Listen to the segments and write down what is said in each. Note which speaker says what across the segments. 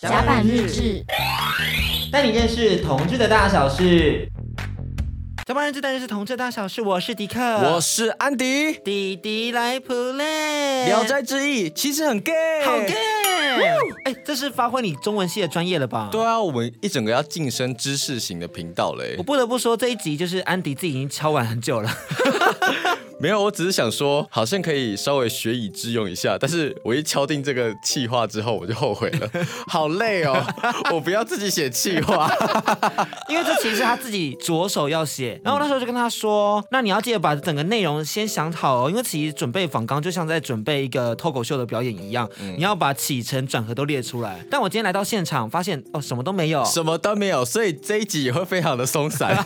Speaker 1: 甲板日志，
Speaker 2: 带你认识同志的大小事。甲板日志，带你认识同志的大小事。我是迪克，
Speaker 3: 我是安迪，
Speaker 2: 弟弟来 play，
Speaker 3: 《聊斋志异》其实很 gay，
Speaker 2: 好 gay。哎、这是发挥你中文系的专业了吧？
Speaker 3: 对啊，我们一整个要晋升知识型的频道嘞
Speaker 2: 我。不得不说，这一集就是安迪自己已经敲完很久了。
Speaker 3: 没有，我只是想说，好像可以稍微学以致用一下，但是我一敲定这个企划之后，我就后悔 了，好累哦，我不要自己写企划。
Speaker 2: 因为这其实是他自己着手要
Speaker 3: 嗯
Speaker 2: 写，然后那时候就跟他说，那你要记得把整个内容先想好哦，因为其实准备访纲就像在准备一个脱口秀的表演一样，
Speaker 3: 嗯
Speaker 2: 你要把起承转合都列出来。但我今天来到现场，发现哦什么都没 有，
Speaker 3: 什么都没有，所以这一集也会非常的 松散。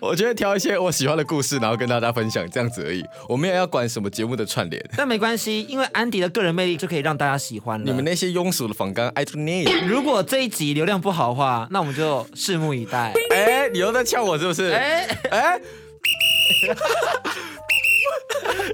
Speaker 3: 我就会挑一些我喜欢的故事，然后跟大家分享，这样子而已。我没有要管什么节目的串联。
Speaker 2: 但没关系，因为安迪的个人魅力就可以让大家喜欢了。
Speaker 3: 你们那些庸俗的仿纲，I do need。
Speaker 2: 如果这一集流量不好的话，那我们就拭目以 待。
Speaker 3: 哎、你又在呛我是不是？哎、
Speaker 2: 哎，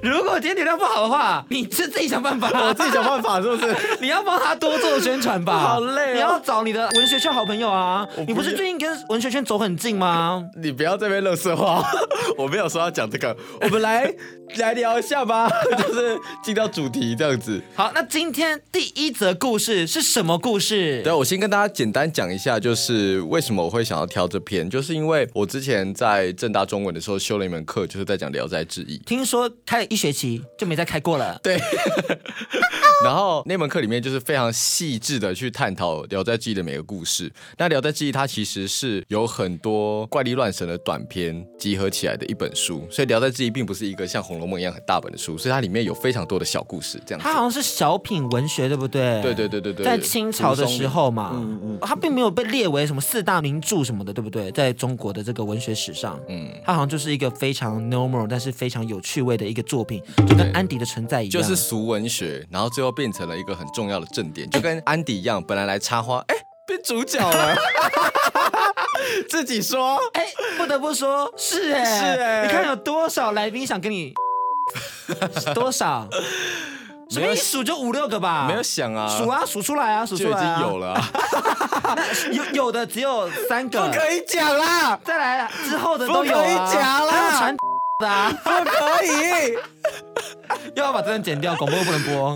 Speaker 2: 如果今天流量不好的话，你就自己想办法。
Speaker 3: 我自己想办法是不 是？
Speaker 2: 你要帮他多做宣传吧，
Speaker 3: 好累哦
Speaker 2: 你要找你的文学圈好朋友啊，
Speaker 3: 不
Speaker 2: 你不是
Speaker 3: 要
Speaker 2: 最近跟文学圈走很近吗？
Speaker 3: 你不要这边乐色话， 我没有说要讲这个，我们来来聊一下吧， 就是进到主题这样子。
Speaker 2: 好，那今天第一则故事是什么故事？
Speaker 3: 对，我先跟大家简单讲一下，就是为什么我会想要挑这篇，就是因为我之前在正大中文的时候修了一门课，就是在讲《聊斋志异》。
Speaker 2: 听说开了一学期就没再开过了。
Speaker 3: 对，然后那门课里面就是非常细致的去探讨《聊斋志异》的每个故事。那《聊斋志异》它其实是有很多怪力乱神的短篇集合起来的一本书，所以《聊斋志异》并不是一个像《红楼梦》一样很大本的书，所以它里面有非常多的小故事，这样子
Speaker 2: 它。好像是小品文学，对不对？
Speaker 3: 对对对对对，
Speaker 2: 在清朝的
Speaker 3: 蒲松龄
Speaker 2: 时，候嘛，嗯嗯，它并没有被列为什么四大名著什么的，对不对？在中国的这个文学史上，嗯，它好像就是一个非常 normal，但是非常有趣味的一个作品，就跟安迪的存在一样。
Speaker 3: 就是俗文学，然后最后变成了一个很重要的正点，就跟安迪一样，本来来插花，哎，变主角了， 自己说。
Speaker 2: 哎，不得不说，是哎、
Speaker 3: 是哎
Speaker 2: 你看有多少来宾想跟 你多少？随便一数就五六个吧，
Speaker 3: 没有想啊，
Speaker 2: 数啊，数出来啊，数出
Speaker 3: 就已
Speaker 2: 来、啊、
Speaker 3: 经有了、 啊，
Speaker 2: 有有的只有三个，
Speaker 3: 以讲啦，
Speaker 2: 再来之后的都有、啊，
Speaker 3: 不可以讲啦
Speaker 2: 还有传的啊，
Speaker 3: 不可以。
Speaker 2: 又要把这段剪掉，广播不能 播。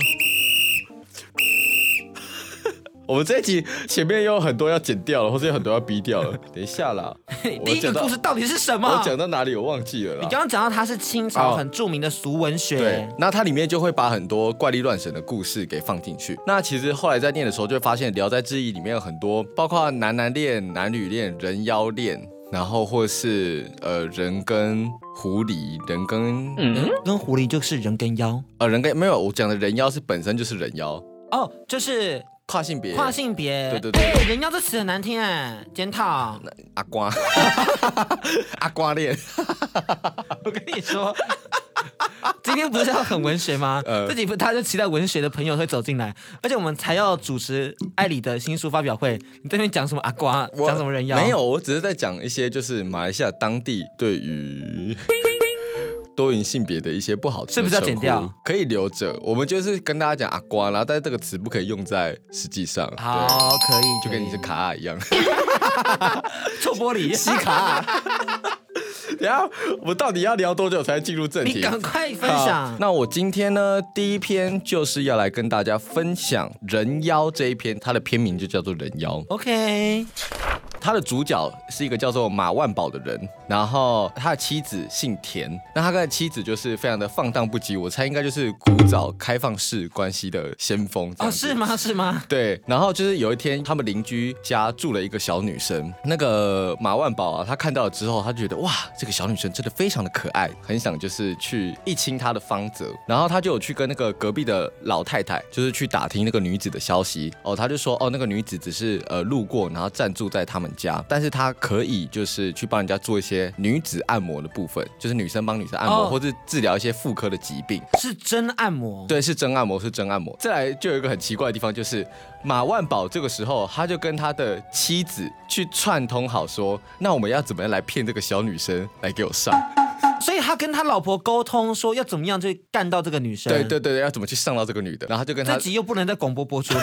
Speaker 3: 我们这一集前面有很多要剪掉了，或者有很多要逼掉了。等一下 啦，我
Speaker 2: 第一个
Speaker 3: 讲到
Speaker 2: 故事到底是什么
Speaker 3: 我？讲到哪里我忘记了啦。
Speaker 2: 你刚刚讲到它是清朝很著名的俗文
Speaker 3: 对
Speaker 2: 学，，
Speaker 3: 那它里面就会把很多怪力乱神的故事给放进去。那其实后来在念的时候，就会发现《聊斋志异》里面有很多，包括男男恋、男女恋、人妖恋，然后或是呃人跟狐狸、人跟、
Speaker 2: 嗯，跟狐狸就是人跟妖
Speaker 3: 呃人跟没有，我讲的人妖是本身就是人妖，
Speaker 2: 哦，就是
Speaker 3: 跨性别、
Speaker 2: 跨性别。
Speaker 3: 对对对
Speaker 2: 哎人妖这词很难听哎，检讨。
Speaker 3: 阿瓜， 阿瓜恋。
Speaker 2: 我跟你说，今天不是要很文学吗？
Speaker 3: 呃
Speaker 2: 自己不，他就期待文学的朋友会走进来，而且我们才要主持艾里的新书发表会，你这边讲什么阿瓜，
Speaker 3: 我
Speaker 2: 讲什么人妖？
Speaker 3: 没有，，我只是在讲一些就是马来西亚当地对 于多元性别的一些不好听的
Speaker 2: 是不是要剪
Speaker 3: 称呼
Speaker 2: 掉？
Speaker 3: 可以留着，我们就是跟大家讲阿啊瓜啦，但是这个词不可以用在实际上。对，
Speaker 2: 好，嗯可以，
Speaker 3: 就跟你是卡尔一样，
Speaker 2: 臭玻璃，
Speaker 3: 西 卡尔。 等一下，我们到底要聊多久才进入正
Speaker 2: 你
Speaker 3: 题？
Speaker 2: 赶快分
Speaker 3: 好
Speaker 2: 享。
Speaker 3: 那我今天呢，第一篇就是要来跟大家分享《人妖》这一篇，它的篇名就叫做《人妖》。
Speaker 2: OK，
Speaker 3: 他的主角是一个叫做马万宝的人，然后他的妻子姓田，那他跟妻子就是非常的放荡不羁，我猜应该就是古早开放式关系的先锋这
Speaker 2: 哦，
Speaker 3: 样子
Speaker 2: 是？吗？是 吗？
Speaker 3: 对，然后就是有一天，他们邻居家住了一个小女生，那个马万宝啊，他看到了之后，他就觉得哇，这个小女生真的非常的可爱，很想就是去一亲她的芳泽，然后他就有去跟那个隔壁的老太太，就是去打听那个女子的消息，哦，他就说哦，那个女子只是呃路过，然后暂住在他们家，但是她可以就是去帮人家做一些女子按摩的部分，就是女生帮女生按摩，
Speaker 2: 哦
Speaker 3: 或是治疗一些妇科的疾病。
Speaker 2: 是真按摩。
Speaker 3: 对，是真按摩，是真按摩。再来就有一个很奇怪的地方，就是马万宝这个时候，他就跟他的妻子去串通好说，那我们要怎么样来骗这个小女生来给我上？
Speaker 2: 所以他跟他老婆沟通说要怎么样去干到这个女生。
Speaker 3: 对对对对，要怎么去上到这个女的？然后他就跟他
Speaker 2: 这集又不能在广播播出了。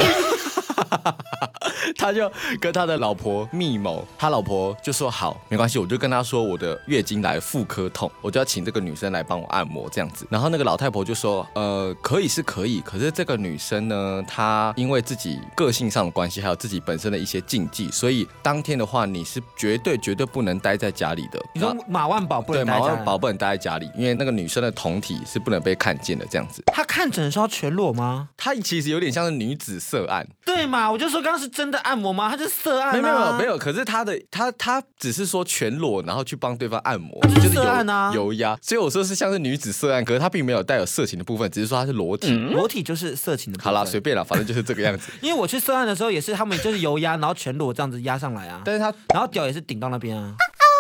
Speaker 3: 他就跟他的老婆密谋，他老婆就说好，没关系，我就跟他说我的月经来妇科痛，我就要请这个女生来帮我按摩这样子。然后那个老太婆就说，呃，可以是可以，可是这个女生呢，她因为自己个性上的关系，还有自己本身的一些禁忌，所以当天的话，你是绝对绝对不能待在家里的。
Speaker 2: 你
Speaker 3: 然
Speaker 2: 说
Speaker 3: 后
Speaker 2: 马万宝不
Speaker 3: 对，
Speaker 2: 能
Speaker 3: 马
Speaker 2: 待
Speaker 3: 万
Speaker 2: 家
Speaker 3: 宝
Speaker 2: 吗，
Speaker 3: 不能待在家里，因为那个女生的酮体是不能被看见的这样子。
Speaker 2: 他看诊的时候要全裸吗？
Speaker 3: 她其实有点像是女子色案，
Speaker 2: 对嘛，我就说刚刚是真的按摩吗？他就是色按、啊，
Speaker 3: 没有没有没有，可是他的他他只是说全裸，然后去帮对方按摩，
Speaker 2: 就是
Speaker 3: 有
Speaker 2: 色按啊
Speaker 3: 油压，所以我说是像是女子色按，可是他并没有带有色情的部分，只是说他是裸体。
Speaker 2: 裸体就是色情的部
Speaker 3: 嗯好
Speaker 2: 分。
Speaker 3: 啦，随便啦，反正就是这个样子。
Speaker 2: 因为我去色按的时候也是他们就是油压，然后全裸这样子压上来啊，
Speaker 3: 但是他
Speaker 2: 然后屌也是顶到那边啊。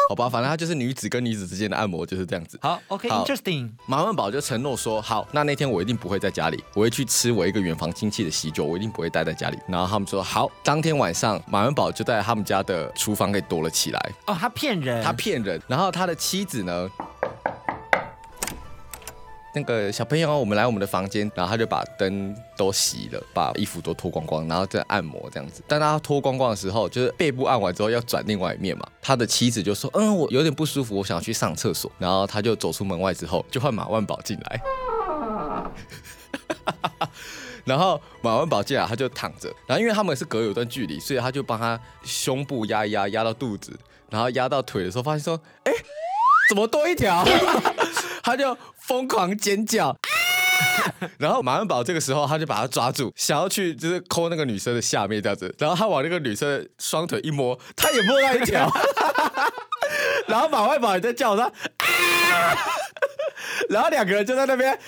Speaker 3: 好吧，反正他就是女子跟女子之间的按摩就是这样子。
Speaker 2: 好，OK，interesting，、
Speaker 3: 马文宝就承诺说，好，那那天我一定不会在家里，我会去吃我一个远房亲戚的喜酒，我一定不会待在家里。然后他们说好，当天晚上马文宝就在他们家的厨房给躲了起来，
Speaker 2: 哦，他骗人，
Speaker 3: 他骗人。然后他的妻子呢？那个小朋友，啊我们来我们的房间，然后他就把灯都熄了，把衣服都脱光光，然后再按摩这样子。但他脱光光的时候，就是背部按完之后要转另外一面嘛。他的妻子就说：“嗯，我有点不舒服，我想要去上厕所。”然后他就走出门外之后，就换马万宝进来。然后马文宝进来，他就躺着，然后因为他们是隔有段距离，所以他就帮他胸部压一压，压到肚子，然后压到腿的时候，发现说，哎，怎么多一条？ 他就疯狂尖叫。然后马文宝这个时候，他就把他抓住，想要去就是抠那个女生的下面这样子，然后他往那个女生的双腿一摸，他也摸到一条。 然后马文宝也在叫我说：“啊！”然后两个人就在那边啊，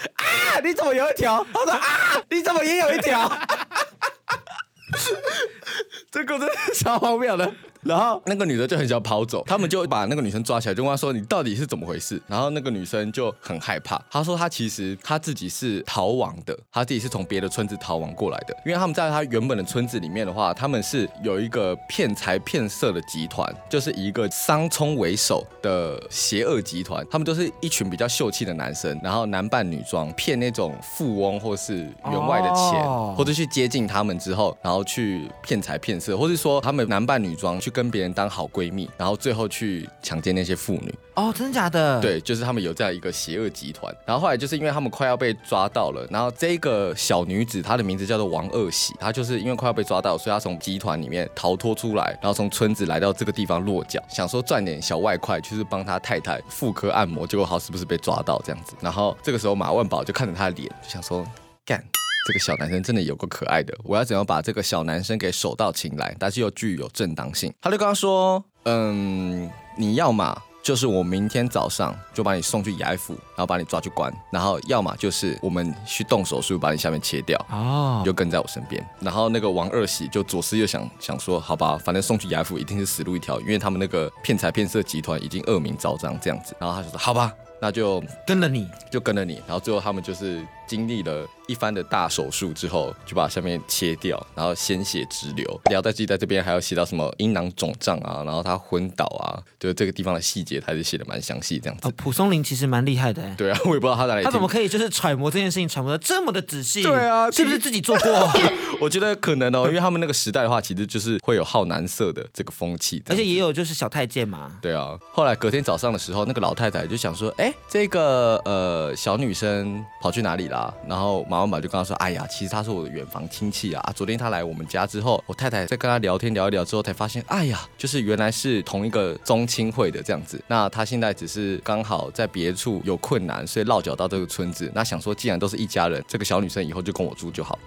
Speaker 3: 你怎么有一条？他说啊，你怎么也有一条？这个真的是超荒谬的。然后那个女的就很想跑走，他们就把那个女生抓起来，就问她说：“你到底是怎么回事？”然后那个女生就很害怕，她说她其实她自己是逃亡的，她自己是从别的村子逃亡过来的。因为他们在她原本的村子里面的话，他们是有一个骗财骗色的集团，就是以一个桑聪为首的邪恶集团，他们都是一群比较秀气的男生，然后男扮女装骗那种富翁或是员外的钱，
Speaker 2: 哦
Speaker 3: 或或者去接近他们之后，然后去骗财骗色，或是说他们男扮女装去跟别人当好闺蜜，然后最后去强奸那些妇女。
Speaker 2: 哦，真的假的？，
Speaker 3: 对，就是他们有这样一个邪恶集团。然后后来就是因为他们快要被抓到了，然后这个小女子她的名字叫做王二喜，她就是因为快要被抓到，所以她从集团里面逃脱出来，然后从村子来到这个地方落脚，想说赚点小外快，就是帮她太太妇科按摩。结果好是不是被抓到这样子？然后这个时候马万宝就看着她的脸，就想说干。这个小男生真的有个可爱的，我要怎样把这个小男生给手到擒来，但是又具有正当性？他就跟他说：“嗯，你要嘛就是我明天早上就把你送去雅府，然后把你抓去关，然后要么就是我们去动手术把你下面切掉。”
Speaker 2: 哦
Speaker 3: 你，就跟在我身边。然后那个王二喜就左思右想，想说好吧，反正送去雅府一定是死路一条，因为他们那个骗财骗色集团已经恶名昭彰这样子。然后他就说好吧，那就
Speaker 2: 跟了你，
Speaker 3: 就跟了你。然后最后他们就是经历了一番的大手术之后，就把下面切掉，然后鲜血直流。聊到自己在这边还要写到什么阴囊肿胀啊，然后他昏倒啊，就是这个地方的细节，他就写的蛮详细这样子。
Speaker 2: 哦，蒲松龄其实蛮厉害的哎。
Speaker 3: 对啊，我也不知道他哪里听。
Speaker 2: 他怎么可以就是揣摩这件事情揣摩的这么的仔细？
Speaker 3: 对啊
Speaker 2: 是不是自己做过？
Speaker 3: 我觉得可能哦，因为他们那个时代的话，其实就是会有好男色的这个风气，
Speaker 2: 而且也有就是小太监嘛，
Speaker 3: 对啊，后来隔天早上的时候，那个老太太就想说，哎，这个呃小女生跑去哪里啦？然后马文宝就跟她说，哎呀，其实她是我的远房亲戚啊。啊昨天她来我们家之后，我太太在跟她聊天聊一聊之后，才发现，哎呀，就是原来是同一个宗亲会的这样子。那她现在只是刚好在别处有困难，所以落脚到这个村子。那想说，既然都是一家人，这个小女生以后就跟我住就好。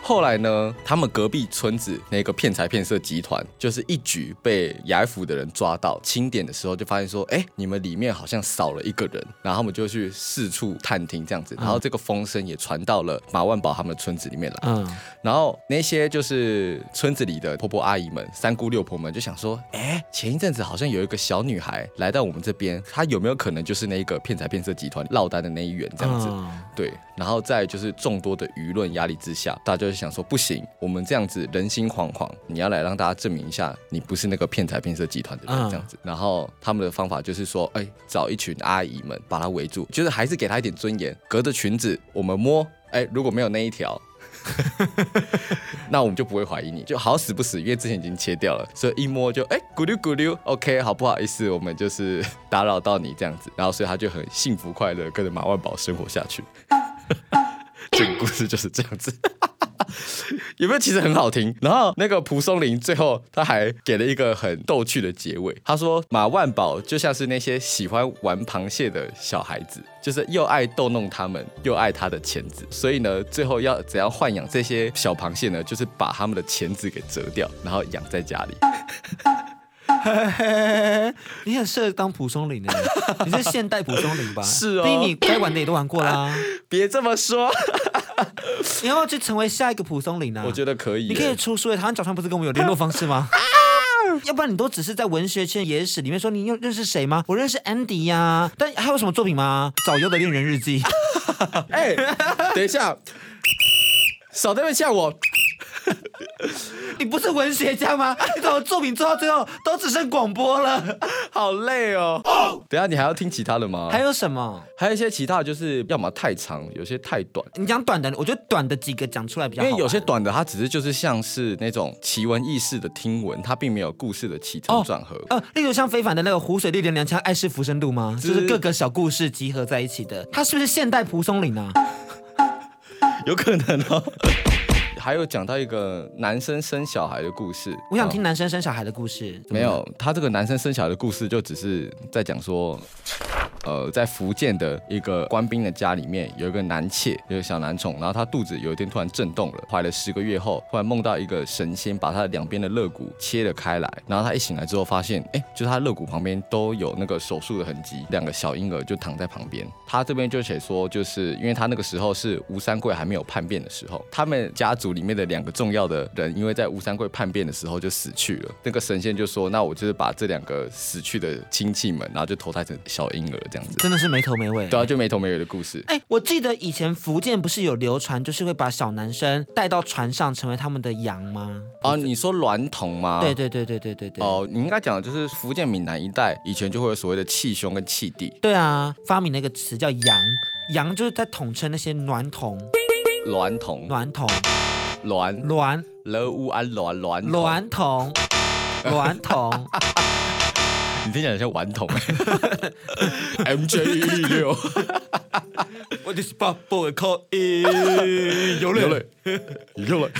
Speaker 3: 后来呢，他们隔壁村子那个骗财骗色集团，就是一举被雅府的人抓到。清点的时候就发现说，哎，你们里面好像少了一个人，然后他们就去四处探听这样子，然后这个风声也传到了马万宝他们的村子里面来。
Speaker 2: 嗯，
Speaker 3: 然后那些就是村子里的婆婆阿姨们、三姑六婆们就想说，哎，前一阵子好像有一个小女孩来到我们这边，她有没有可能就是那个骗财骗色集团落单的那一员这样子？
Speaker 2: 嗯
Speaker 3: 对，然后在就是众多的舆论压力之下，大家就想说不行，我们这样子人心惶惶，你要来让大家证明一下你不是那个骗财骗色集团的人、
Speaker 2: 嗯
Speaker 3: 这样子。然后他们的方法就是说，哎，找一群阿姨们把她围住，就是还是给她一点尊严，隔着裙子我们摸，哎，如果没有那一条。 那我们就不会怀疑你，就好死不死，因为之前已经切掉了，所以一摸就哎、咕溜咕溜，OK，好不好意思，我们就是打扰到你这样子，然后所以他就很幸福快乐，跟着马万宝生活下去。这个故事就是这样子。有没有其实很好听？然后那个蒲松龄最后他还给了一个很逗趣的结尾，他说马万宝就像是那些喜欢玩螃蟹的小孩子，就是又爱逗弄他们，又爱他的钳子，所以呢，最后要怎样豢养这些小螃蟹呢？就是把他们的钳子给折掉，然后养在家里。
Speaker 2: 你很适合当蒲松龄的，欸你是现代蒲松龄吧？
Speaker 3: 是哦
Speaker 2: 毕竟你该玩的也都玩过啦，
Speaker 3: 别这 么说，
Speaker 2: 你要不要去成为下一个蒲松龄呢、啊？
Speaker 3: 我觉得啊可以
Speaker 2: 你
Speaker 3: 耶。
Speaker 2: 可以出书耶，台湾早上不是跟我们有联络方式 吗？要不然你都只是在文学圈野史里面说你有认识谁吗？我认识 Andy 呀、但还有什么作品吗？早优的恋人日 记，
Speaker 3: 哎、等 一下，少在那边吓我。
Speaker 2: 你不是文学家吗？你怎么作品做到最后都只剩广播 了？
Speaker 3: 好累哦！等一下你还要听其他的吗？
Speaker 2: 还有什么？
Speaker 3: 还有一些其他的就是，要么太长，有些太短。
Speaker 2: 你讲短的，我觉得短的几个讲出来比较
Speaker 3: 因
Speaker 2: 好玩。
Speaker 3: 为有些短的，它只是就是像是那种奇闻异事的听闻，它并没有故事的起承转合。
Speaker 2: 呃，例如像非凡的那个湖水绿莲娘腔爱是浮生路吗？就是是各个小故事集合在一起的，它是不是现代蒲松龄啊？
Speaker 3: 有可能哦。还有讲到一个男生生小孩的故事，
Speaker 2: 我想听
Speaker 3: 哦
Speaker 2: 男生生小孩的故事。
Speaker 3: 没有，他这个男生生小孩的故事就只是在讲说，呃，在福建的一个官兵的家里面有一个男妾，有个小男宠，然后他肚子有一天突然震动了，怀了十个月后，突然梦到一个神仙把他的两边的肋骨切了开来，然后他一醒来之后发现，哎，就是他肋骨旁边都有那个手术的痕迹，两个小婴儿就躺在旁边。他这边就写说，就是因为他那个时候是吴三桂还没有叛变的时候，他们家族里面的两个重要的人，因为在吴三桂叛变的时候就死去了。那个神仙就说，那我就是把这两个死去的亲戚们，然后就投胎成小婴儿这样子。
Speaker 2: 真的是没头没尾。
Speaker 3: 对啊，就没头没尾的故事。
Speaker 2: 哎，我记得以前福建不是有流传，就是会把小男生带到船上成为他们的羊吗？
Speaker 3: 啊，你说娈童吗？
Speaker 2: 对对对对对对对。
Speaker 3: 哦，你应该讲的就是福建闽南一带以前就会有所谓的气兄跟气弟，
Speaker 2: 对啊，发明了一个词叫羊，羊就是在统称那些娈童、
Speaker 3: 娈童、
Speaker 2: 娈童、
Speaker 3: 娈、
Speaker 2: 娈
Speaker 3: 了乌安娈、娈童、
Speaker 2: 娈童、娈童。
Speaker 3: 你听起来很像顽童、MJ 一 E 六，
Speaker 2: 我就是把 boy call in，有
Speaker 3: 有了，有了。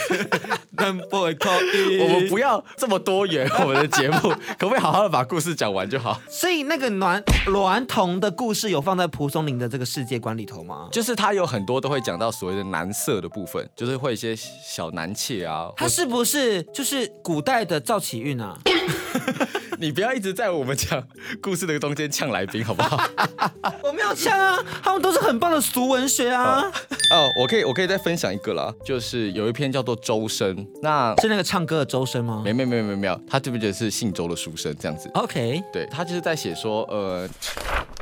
Speaker 2: 但 boy call in。
Speaker 3: 我们不要这么多元，我们的节目可不可以好好的把故事讲完就好？
Speaker 2: 所以那个暖娈童的故事有放在蒲松龄的这个世界观里头吗？
Speaker 3: 就是他有很多都会讲到所谓的男色的部分，就是会一些小男妾啊。
Speaker 2: 他是不是就是古代的赵启运啊？
Speaker 3: 你不要一直在我们讲故事的中间呛来宾，好不好？
Speaker 2: 我没有呛啊，他们都是很棒的俗文学啊，
Speaker 3: 哦，我可以，我可以再分享一个啦，就是有一篇叫做《周生》，那
Speaker 2: 是那个唱歌的周深吗
Speaker 3: 没没没没没有，他这边就是姓周的书生这样子。
Speaker 2: ？OK，
Speaker 3: 对他就是在写说，呃，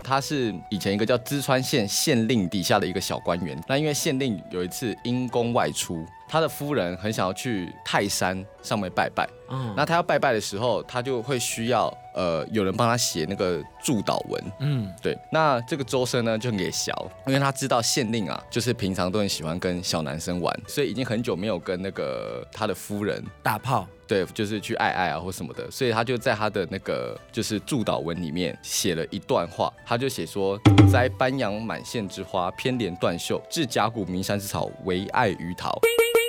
Speaker 3: 他是以前一个叫淄川县县令底下的一个小官员。那因为县令有一次因公外出，他的夫人很想要去泰山上面拜拜。
Speaker 2: 嗯
Speaker 3: 那他要拜拜的时候，他就会需要呃有人帮他写那个祝祷文。
Speaker 2: 嗯，
Speaker 3: 对，那这个周深呢就很给小，因为他知道县令啊，就是平常都很喜欢跟小男生玩，所以已经很久没有跟那个他的夫人
Speaker 2: 打炮，
Speaker 3: 对，就是去爱爱啊或什么的，所以他就在他的那个就是祝祷文里面写了一段话，他就写说：“栽班扬满县之花，偏怜断袖，置甲骨名山之草，唯爱于桃。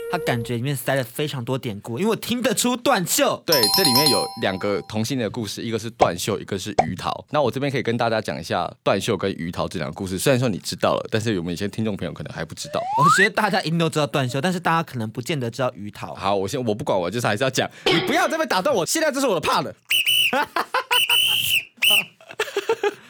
Speaker 2: 他感觉里面塞了非常多典故，因为我听得出断袖”。
Speaker 3: 对，这里面有两个同性恋的故事，一个是断袖，一个是鱼桃。那我这边可以跟大家讲一下断袖跟鱼桃这两个故事，虽然说你知道了，但是我们一些听众朋友可能还不知道。
Speaker 2: 我觉得大家一定都知道断袖，但是大家可能不见得知道鱼桃。
Speaker 3: 好，我先我不管，我就是还是要讲，你不要这边打断我，现在这是我的怕了，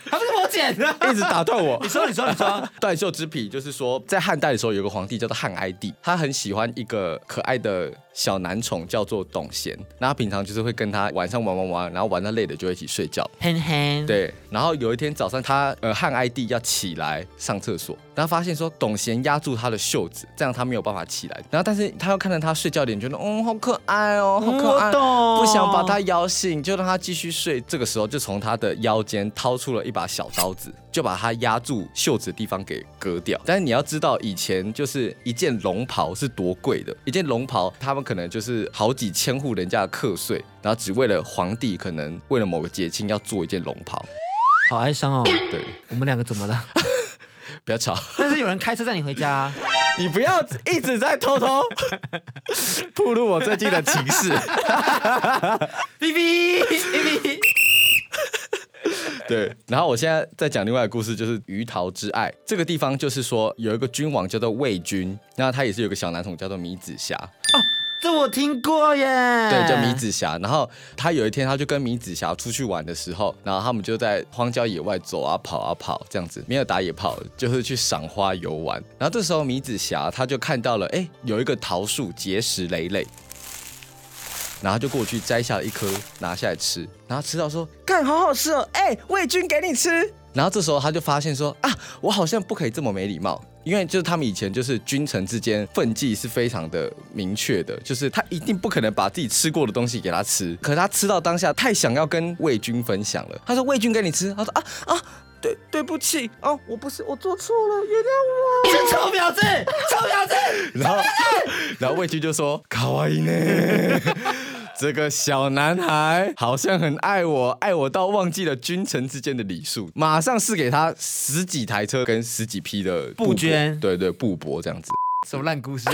Speaker 2: 他不是我剪的，
Speaker 3: 一直打断我
Speaker 2: 你。说，你说，你说，
Speaker 3: 断袖之癖就是说，在汉代的时候，有个皇帝叫做汉哀帝，他很喜欢一个可爱的小男宠，叫做董贤。那他平常就是会跟他晚上玩玩玩，然后玩到累了就一起睡觉。
Speaker 2: hen hen，，
Speaker 3: 对，然后有一天早上他，呃汉哀帝要起来上厕所，然后发现说董贤压住他的袖子，这样他没有办法起来。然后但是他又看着他睡觉脸，觉得嗯好可爱哦，好可爱
Speaker 2: 我，懂，
Speaker 3: 不想把他摇醒，就让他继续睡。这个时候就从他的腰间掏出了一把小刀子，就把它压住袖子的地方给割掉。但是你要知道，以前就是一件龙袍是多贵的，一件龙袍他们可能就是好几千户人家的课税，然后只为了皇帝可能为了某个节庆要做一件龙袍。
Speaker 2: 好哀伤哦。
Speaker 3: 对，
Speaker 2: 我们两个怎么了？
Speaker 3: 不要吵，
Speaker 2: 但是有人开车载你回家、 啊，
Speaker 3: 你不要 一直在偷偷 暴露我最近的情势。
Speaker 2: 哔哔哔哔。
Speaker 3: 对，然后我现在在讲另外的故事，就是鱼桃之爱这个地方，就是说有一个君王叫做魏军，那他也是有个小男童叫做米子霞，
Speaker 2: 这我听过耶。
Speaker 3: 对，叫米。子霞。然后他有一天，他就跟米子霞出去玩的时候，然后他们就在荒郊野外走啊跑啊跑，这样子没有打野炮，就是去赏花游玩。然后这时候米子霞她就看到了，哎，有一个桃树结实累累。然后她就过去摘下了一颗，拿下来吃，然后吃到说：“看，好好吃哦！哎，魏军给你吃。”然后这时候他就发现说：“啊，我好像不可以这么没礼貌。”因为就是他们以前就是君臣之间分际是非常的明确的，就是他一定不可能把自己吃过的东西给他吃。可是他吃到当下太想要跟魏军分享了，他说：“魏军给你吃。”他说：“啊啊，对对不起哦，我不是我做错了，原谅我。”
Speaker 2: 是臭婊子，臭婊子。
Speaker 3: 然后， 然后魏军就说：“卡哇伊呢， 这个小男孩好像很爱我，爱我到忘记了君臣之间的礼数。”马上是给他十几台车跟十几匹的
Speaker 2: 布绢
Speaker 3: 对对，布帛这样子。
Speaker 2: 什么烂故 事？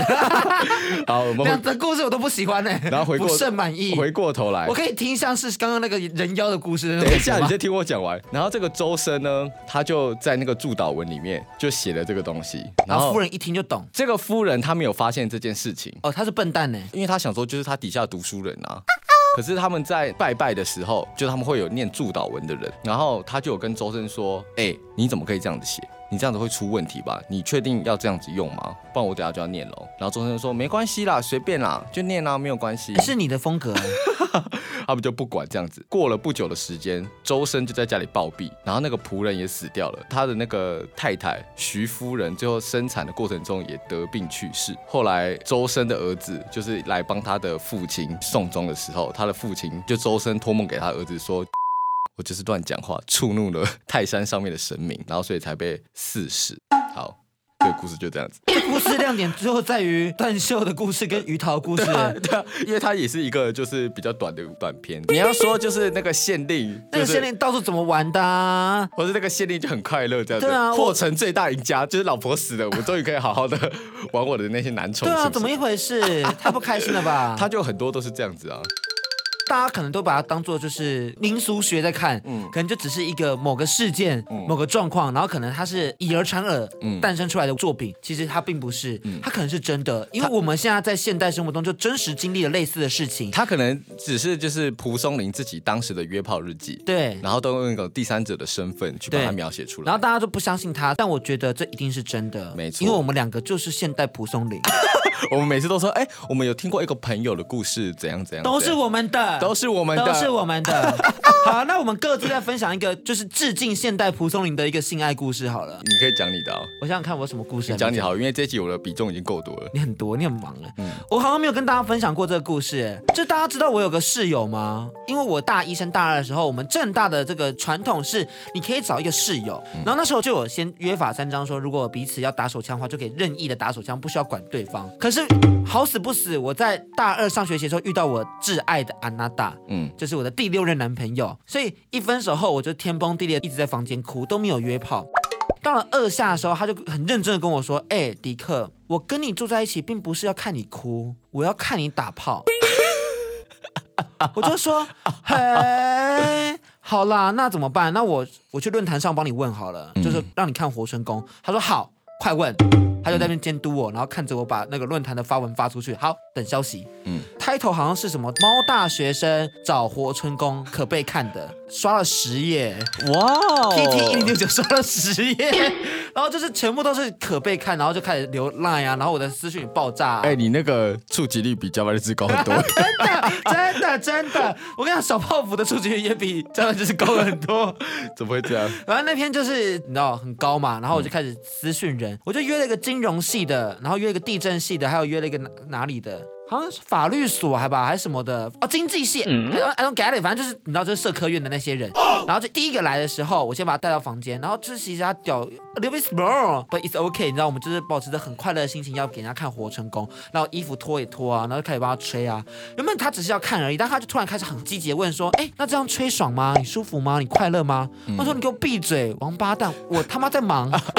Speaker 3: 好，我们
Speaker 2: 两
Speaker 3: 回
Speaker 2: 则故事我都不喜欢呢、
Speaker 3: 然后回过
Speaker 2: 不甚满意。
Speaker 3: 回过头来
Speaker 2: 我。可以听像是刚刚那个人妖的故事。
Speaker 3: 等一下，你先听我讲完。然后这个周深呢，他就在那个祝祷文里面就写了这个东西。
Speaker 2: 然啊后夫人一听就懂。
Speaker 3: 这个夫人她没有发现这件事情，
Speaker 2: 哦，他是笨蛋呢。
Speaker 3: 因为他想说，就是他底下的读书人啊。可是他们在拜拜的时候，就他们会有念祝祷文的人，然后他就有跟周深说：“哎、你怎么可以这样子写？你这样子会出问题吧？你确定要这样子用吗？不然我等下就要念喽。”然后周深说：“没关系啦，随便啦，就念啊啦，没有关系。”
Speaker 2: 是你的风格，
Speaker 3: 他们就不管这样子。过了不久的时间，周深就在家里暴毙，然后那个仆人也死掉了，他的那个太太徐夫人最后生产的过程中也得病去世。后来周深的儿子就是来帮他的父亲送终的时候，他的父亲就周深托梦给他儿子说。我就是乱讲话，触怒了 泰山上面的神明，然后所以才被四十。好，这个故事就这样子。
Speaker 2: 这故事亮点最后在于段秀的故事跟鱼桃的故事。
Speaker 3: 对啊，因为它也是一个就是比较短的短片。你要说就是那个限定，
Speaker 2: 那
Speaker 3: 就
Speaker 2: 个
Speaker 3: 是
Speaker 2: 限定到处怎么玩的、啊？
Speaker 3: 或是那个限定就很快乐这样子，
Speaker 2: 对啊我
Speaker 3: 获成最大赢家就是老婆死了，我终于可以好好的玩我的那些男宠。
Speaker 2: 对啊，
Speaker 3: 是不
Speaker 2: 怎
Speaker 3: 是
Speaker 2: 么一回事？太不开心了吧？
Speaker 3: 他就很多都是这样子啊，
Speaker 2: 大家可能都把它当做就是民俗学在看，
Speaker 3: 嗯
Speaker 2: 可能就只是一个某个事件、某个状况，然后可能它是以讹传讹
Speaker 3: 嗯
Speaker 2: 诞生出来的作品，其实它并不是，它可能是真的，因为我们现在在现代生活中就真实经历了类似的事情。
Speaker 3: 他可能只是就是蒲松龄自己当时的约炮日记，
Speaker 2: 对，
Speaker 3: 然后都用一种第三者的身份去把
Speaker 2: 对
Speaker 3: 它描写出来。
Speaker 2: 然后大家都不相信他，但我觉得这一定是真的，
Speaker 3: 没错
Speaker 2: 因为我们两个就是现代蒲松 龄，
Speaker 3: 我们每次都说，哎，我们有听过一个朋友的故事，怎样啊怎样，
Speaker 2: 都是
Speaker 3: 怎样
Speaker 2: 我们的，
Speaker 3: 都是我们的，
Speaker 2: 都是我们的。 好，那我们各自再分享一个，就是致敬现代蒲松龄的一个性爱故事好了。
Speaker 3: 你可以讲你的、哦，
Speaker 2: 我想想看，我有什么故事？
Speaker 3: 你讲你好，因为这一集我的比重已经够多了。嗯
Speaker 2: 你很多，你很忙了。我好像没有跟大家分享过这个故事耶，就大家知道我有个室友吗？因为我大一升大二的时候，我们正大的这个传统是你可以找一个室友，
Speaker 3: 嗯
Speaker 2: 然后那时候就有先约法三章说，如果彼此要打手枪的话，就可以任意的打手枪，不需要管对方。可是好死不死，我在大二上学期的时候遇到我挚爱的安娜达，
Speaker 3: 嗯，
Speaker 2: 就是我的第六任男朋友，所以一分手后我就天崩地裂，一直在房间哭，都没有约炮。到了二下的时候，他就很认真的跟我说：“哎、迪克，我跟你住在一起，并不是要看你哭，我要看你打炮。”我就说：“嘿，好啦，那怎么办？那我我去论坛上帮你问好了，就是让你看活春宫。”他说：“好，快问。”他就在那边监督我，然后看着我把那个论坛的发文发出去。好，等消息。
Speaker 3: 嗯
Speaker 2: 嗯，title 好像是什么“猫大学生找活春宫可被看的”，刷了十页。
Speaker 3: 哇哦
Speaker 2: PT 一零六九刷了十页， 然后就是全部都是可被看，然后就开始流 line 啊，然后我的私讯爆炸、啊。
Speaker 3: 哎、你那个触及率比加班日志高很 多。
Speaker 2: 真的， 真的，真的！我跟你讲，小泡芙的数据也比真的就是高很多。
Speaker 3: 怎么会这样？
Speaker 2: 然后那天就是你知道很高嘛，然后我就开始私讯人，我就约了一个金融系的，然后约了一个地震系的，还有约了一个哪哪里的，好像是法律所还吧，还是什么的哦，经济系。I don't- I don't get it，反正就是你知道，就是社科院的那些人。然后就第一个来的时候，我先把他带到房间，然后就是其实他屌 a little bit small，but it's okay。你知道，我们就是保持着很快乐的心情要给人家看活成功，然后衣服脱也脱啊，然后就开始帮他吹啊。原本他只是要看而已，但他就突然开始很积极的问说：“哎，那这样吹爽吗？你舒服吗？你快乐吗？”我说：“
Speaker 3: 嗯
Speaker 2: 你给我闭嘴，王八蛋！我他妈在忙。”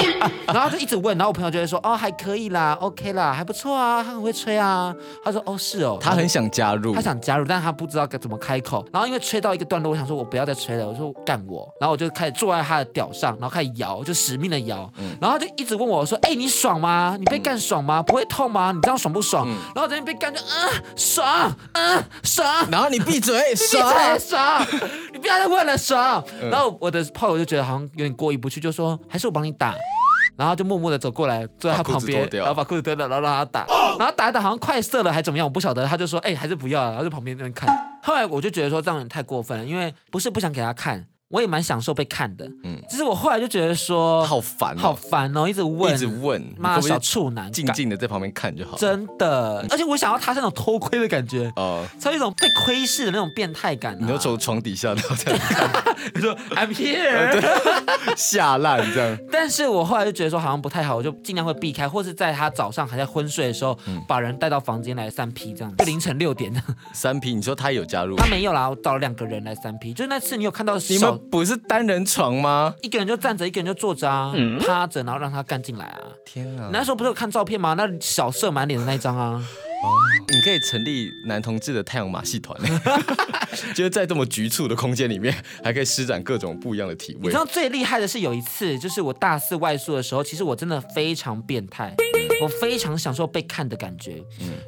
Speaker 2: 然后就一直问，然后我朋友就会说：“哦，还可以啦，OK 啦，还不错啊，他很会吹啊。”他说：“哦，是哦。”
Speaker 3: 他很想加入
Speaker 2: 他，想加入，但是他不知道该怎么开口。然后因为吹到一个段落，我想说我不要再吹了，我说干我，然后我就开始坐在他的屌上，然后开始摇，就使命的摇。然后他就一直问我说：“哎、你爽吗？你被干爽吗？不会痛吗？你这样爽不爽？”然后我在那边被干就啊、爽，嗯、爽。
Speaker 3: 然后你闭嘴，
Speaker 2: 闭
Speaker 3: 爽。
Speaker 2: 嘴，爽！ 你不要再问了，爽。
Speaker 3: 嗯
Speaker 2: 然后我的炮友就觉得好像有点过意不去，就说还是我帮你打。然后就默默的走过来，坐在他
Speaker 3: 把裤
Speaker 2: 旁
Speaker 3: 子
Speaker 2: 边
Speaker 3: 脱，掉哦
Speaker 2: 然后把裤子脱掉，然后让他打，然后打一打好像快射了还怎么样，我不晓得。他就说，哎、还是不要了，然后就旁边那边看。后来我就觉得说这样有点太过分了，因为不是不想给他看，我也蛮享受被看的。嗯，只是我后来就觉得说，
Speaker 3: 好烦哦
Speaker 2: 好烦哦，一直问，
Speaker 3: 一直问，
Speaker 2: 妈
Speaker 3: 你会
Speaker 2: 小
Speaker 3: 不会
Speaker 2: 处男，
Speaker 3: 静静的在旁边看就好。
Speaker 2: 真的。而且我想要他是那种偷窥的感觉，
Speaker 3: 哦，
Speaker 2: 才有一种被窥视的那种变态感、啊。
Speaker 3: 你就从床底下然后这样
Speaker 2: 你说 I'm here，
Speaker 3: 下烂这样，
Speaker 2: 但是我后来就觉得说好像不太好，我就尽量会避开，或是在他早上还在昏睡的时候，
Speaker 3: 嗯
Speaker 2: 把人带到房间来三 P 这 样，就凌晨六点。
Speaker 3: 三 P，你说他有加入？
Speaker 2: 他没有啦，我找了两个人来三 P，就是那次你有看到
Speaker 3: 你
Speaker 2: 少
Speaker 3: 们不是单人床吗？
Speaker 2: 一个人就站着，一个人就坐着啊，
Speaker 3: 嗯
Speaker 2: 趴着，然后让他干进来啊。
Speaker 3: 天啊
Speaker 2: 你！那时候不是有看照片吗？那小射满脸的那一张啊，
Speaker 3: 你可以成立男同志的太阳马戏团，就是在这么局促的空间里面，还可以施展各种不一样的体
Speaker 2: 你
Speaker 3: 位
Speaker 2: 知。道最厉害的是有一次，就是我大四外宿的时候，其实我真的非常变态，我非常享受被看的感觉，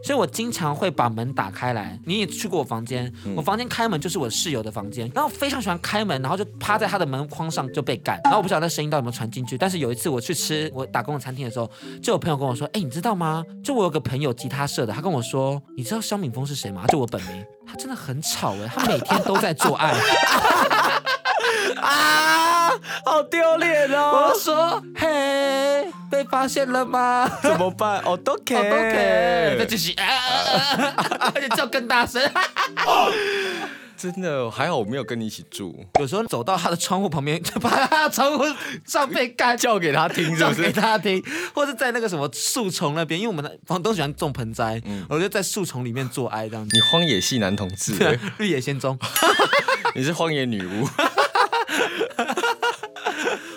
Speaker 2: 所以我经常会把门打开来。你也去过我房间，我房间开门就是我室友的房间，然后我非常喜欢开门，然后就趴在他的门框上就被干。然后我不晓得那声音到底有没有传进去，但是有一次我去吃我打工的餐厅的时候，就有朋友跟我说：“哎，你知道吗？就我有个朋友吉他社的，他跟我说，你知道肖敏峰是谁吗？就我本名。”他真的很吵哎、他每天都在做爱。
Speaker 3: 啊，好丢脸
Speaker 2: 我！说：“嘿，被发现了吗？”
Speaker 3: 怎么办？哦，都可以，
Speaker 2: 哦都可以，那就是啊啊啊啊，而且叫更大声。
Speaker 3: 真的还好，我没有跟你一起住，
Speaker 2: 有时候走到他的窗户旁边，就把他的窗户上被干叫
Speaker 3: 叫给他听是
Speaker 2: 叫
Speaker 3: 不
Speaker 2: 给
Speaker 3: 是？
Speaker 2: 他听，或者在那个什么树丛那边，因为我们的房东喜欢种盆栽，我就在树丛里面做爱这样子。
Speaker 3: 你荒野系男同志、 欸，
Speaker 2: 绿野仙踪，
Speaker 3: 你是荒野女巫，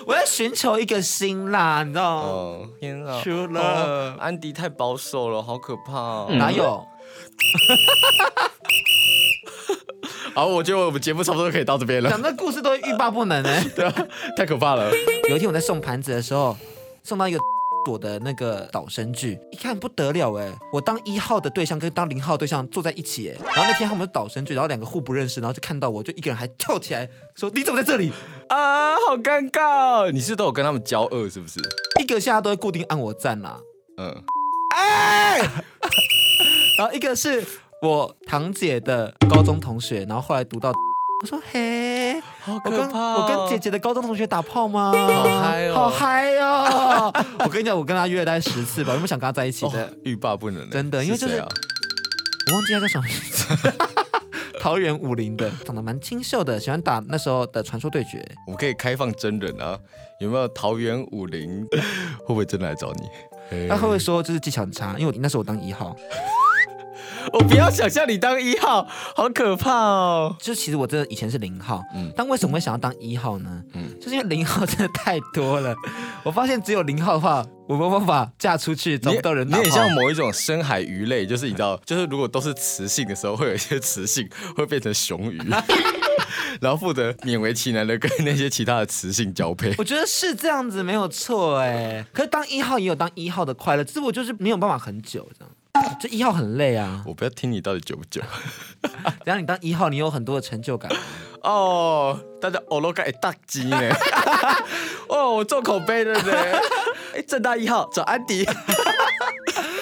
Speaker 2: 我在寻求一个心啦，你知道吗？
Speaker 3: 哦，天啊！
Speaker 2: 除了
Speaker 3: 哦安迪太保守了，好可怕哦！
Speaker 2: 哪有？
Speaker 3: 好，我觉得我们节目差不多可以到这边了
Speaker 2: 讲，这故事都欲罢不能哎、
Speaker 3: 对啊， 太可怕 了。
Speaker 2: 有一天我在送盘子的时候，送到一个 躲的那个导生剧，一看不得了哎、我当一号的对象跟当零号对象坐在一起哎、然后那天他们是导生剧，然后两个互不认识，然后就看到我就一个人还跳起来说你怎么在这里？
Speaker 3: 啊，好尴尬、哦！你是都有跟他们交恶是不是？
Speaker 2: 一个现在都会固定按我赞啊啦，
Speaker 3: 嗯，
Speaker 2: 然后一个是我堂姐的高中同学，然后后来读到 我说嘿。
Speaker 3: 好
Speaker 2: 我跟我跟姐姐的高中同学打炮吗？好
Speaker 3: 嗨哦
Speaker 2: 好嗨哦！ 我跟你讲，我跟她约了大概十次吧，我原本想跟她在一起的。
Speaker 3: 哦欲罢不能欸，
Speaker 2: 真的因为就是
Speaker 3: 谁啊
Speaker 2: 我忘记他叫什么名字。 桃园武林的，长得蛮清秀的，喜欢打那时候的传说对决。
Speaker 3: 我们可以开放真人啊，有没有桃园五零 会不会真的来找你？
Speaker 2: 他会不会说就是技巧很差？因为我那时候我当一号，
Speaker 3: 我不要想象你当一号，好可怕哦！
Speaker 2: 就其实我真的以前是零号，但为什么会想要当一号呢？就是因为零号真的太多 了，我发现只有零号的话，我没有办法嫁出去，找
Speaker 3: 你
Speaker 2: 不到人
Speaker 3: 你
Speaker 2: 打炮
Speaker 3: 很像某一种深海鱼类，就是你知 道，就是如果都是雌性的时候，会有一些雌性 会变成雄鱼， 然后负责勉为其难的跟那些其他的雌性交配。
Speaker 2: 我觉得是这样子没有错哎，可是当一号也有当一号的快乐，只是我就是没有办法很久这样，就一号很累 啊。
Speaker 3: 我不要听你到底久不久
Speaker 2: 然后你当一号，你有很多的成就感。
Speaker 3: 哦，大家欧罗盖大鸡呢？ 哦，我做口碑的呢。哎，正大一号找安迪，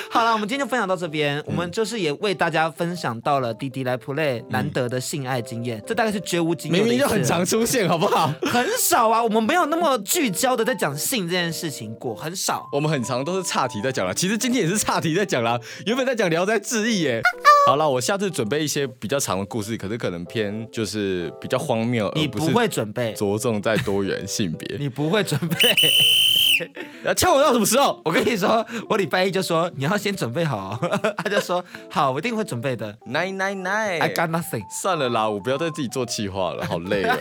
Speaker 2: 好了，我们今天就分享到这边，我
Speaker 3: 嗯
Speaker 2: 们就是也为大家分享到了滴滴来 play 难得的性爱经验，这大概是绝无仅有
Speaker 3: 明
Speaker 2: 的一
Speaker 3: 明
Speaker 2: 次
Speaker 3: 就很常出现，好不好？
Speaker 2: 很少啊，我们没有那么聚焦的在讲性这件事情过，很少。
Speaker 3: 我们很常都是岔题在讲啦，其实今天也是岔题在讲啦。原本在讲《聊斋志异》耶。好了，我下次准备一些比较长的故事，可是可能偏就是比较荒谬，而
Speaker 2: 你
Speaker 3: 呃不
Speaker 2: 不
Speaker 3: 是
Speaker 2: 会准备，
Speaker 3: 着重在多元性别。
Speaker 2: 你不会准备。
Speaker 3: 要呛我到什么时候？
Speaker 2: 我跟你说，我礼拜一就说你要先准备好 哦、他就说好，我一定会准备的。
Speaker 3: 奶奶
Speaker 2: I
Speaker 3: 奶！
Speaker 2: got nothing。
Speaker 3: 算了啦，我不要再自己做企划了，好累 哦。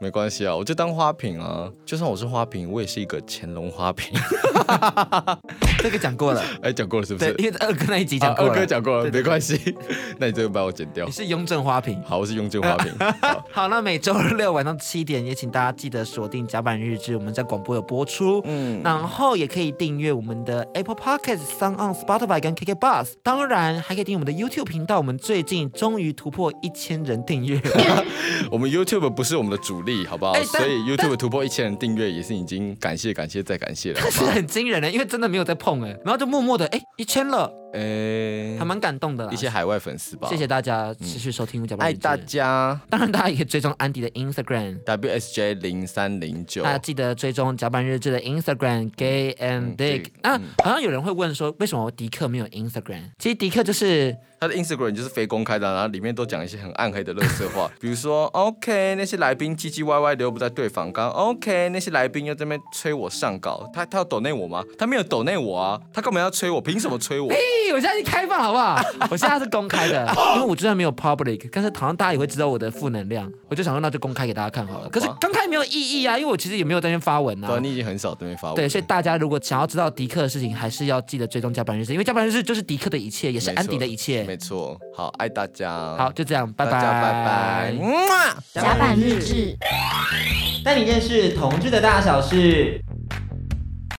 Speaker 3: 没关系啊，我就当花瓶啊。就算我是花瓶，我也是一个乾隆花瓶。
Speaker 2: 这个讲过了，
Speaker 3: 哎，讲过了是不
Speaker 2: 对
Speaker 3: 是，？
Speaker 2: 因为二哥那一集讲过
Speaker 3: 啊
Speaker 2: 了。
Speaker 3: 二哥讲过了，
Speaker 2: 对
Speaker 3: 没关系。 那你这个把我剪掉
Speaker 2: 你。是雍正花瓶。
Speaker 3: 好，我是雍正花 瓶。好
Speaker 2: 好，那每周六晚上七点，也请大家记得锁定《甲板日志》，我们在广播有播出。嗯，然后也可以订阅我们的 Apple Podcast、s o n On、Spotify 跟 KK Bus，当然还可以订阅我们的 YouTube 频道。我们最近终于突破一千人订 阅了。
Speaker 3: 我们 YouTube 不是我们的主力，好不好？
Speaker 2: 哎但
Speaker 3: 所以 YouTube 突破一千人订阅也是已经感谢感谢再感谢 了，好
Speaker 2: 是
Speaker 3: 不好？
Speaker 2: 很惊人的，因为真的没有在碰哎，然后就默默的哎一圈了，
Speaker 3: 哎
Speaker 2: 还蛮感动的啦
Speaker 3: 一。些海外粉丝吧，
Speaker 2: 谢谢大家持续收听《我们甲板
Speaker 3: 爱
Speaker 2: 日志
Speaker 3: 嗯大》，家。
Speaker 2: 当然大家也可以追踪安迪的 Instagram，
Speaker 3: WSJ 零三零九
Speaker 2: 大，家记得追踪《甲板日志》的 Instagram Gay
Speaker 3: 嗯
Speaker 2: and
Speaker 3: 对
Speaker 2: Dick。啊，好像有人会问说，为什么迪克没有 Instagram？其实迪克就是
Speaker 3: 他的 Instagram 就是非公开的，然后里面都讲一些很暗黑的乐色 话，比如说 OK 那些来宾唧唧歪歪的又不在对方刚 OK 那些来宾又在那边催我上稿，他他要抖内我吗？他没有抖内我啊，他干嘛要催我？凭什 么催我？
Speaker 2: 咦，我现在是开放好不好？ 我现在是公开的，因为我就算没有 public，但是好像大家也会知道我的负能量，我就想说那就公开给大家看好了。可是公开没有意义啊，因为我其实也没有在那边发文
Speaker 3: 对啊，
Speaker 2: 啊。
Speaker 3: 你已经很少对面发文了，
Speaker 2: 对，所以大家如果想要知道迪克的事情，还是要记得追踪加班日志，因为加班日志就是迪克的一切，也是
Speaker 3: 没
Speaker 2: 安迪
Speaker 3: 错
Speaker 2: 的一切。
Speaker 3: 没错，好爱大家，
Speaker 2: 好，就这样，拜拜，
Speaker 3: 大家拜嗯啊拜。。
Speaker 1: 甲板日志。
Speaker 2: 带你认识同志的大小事。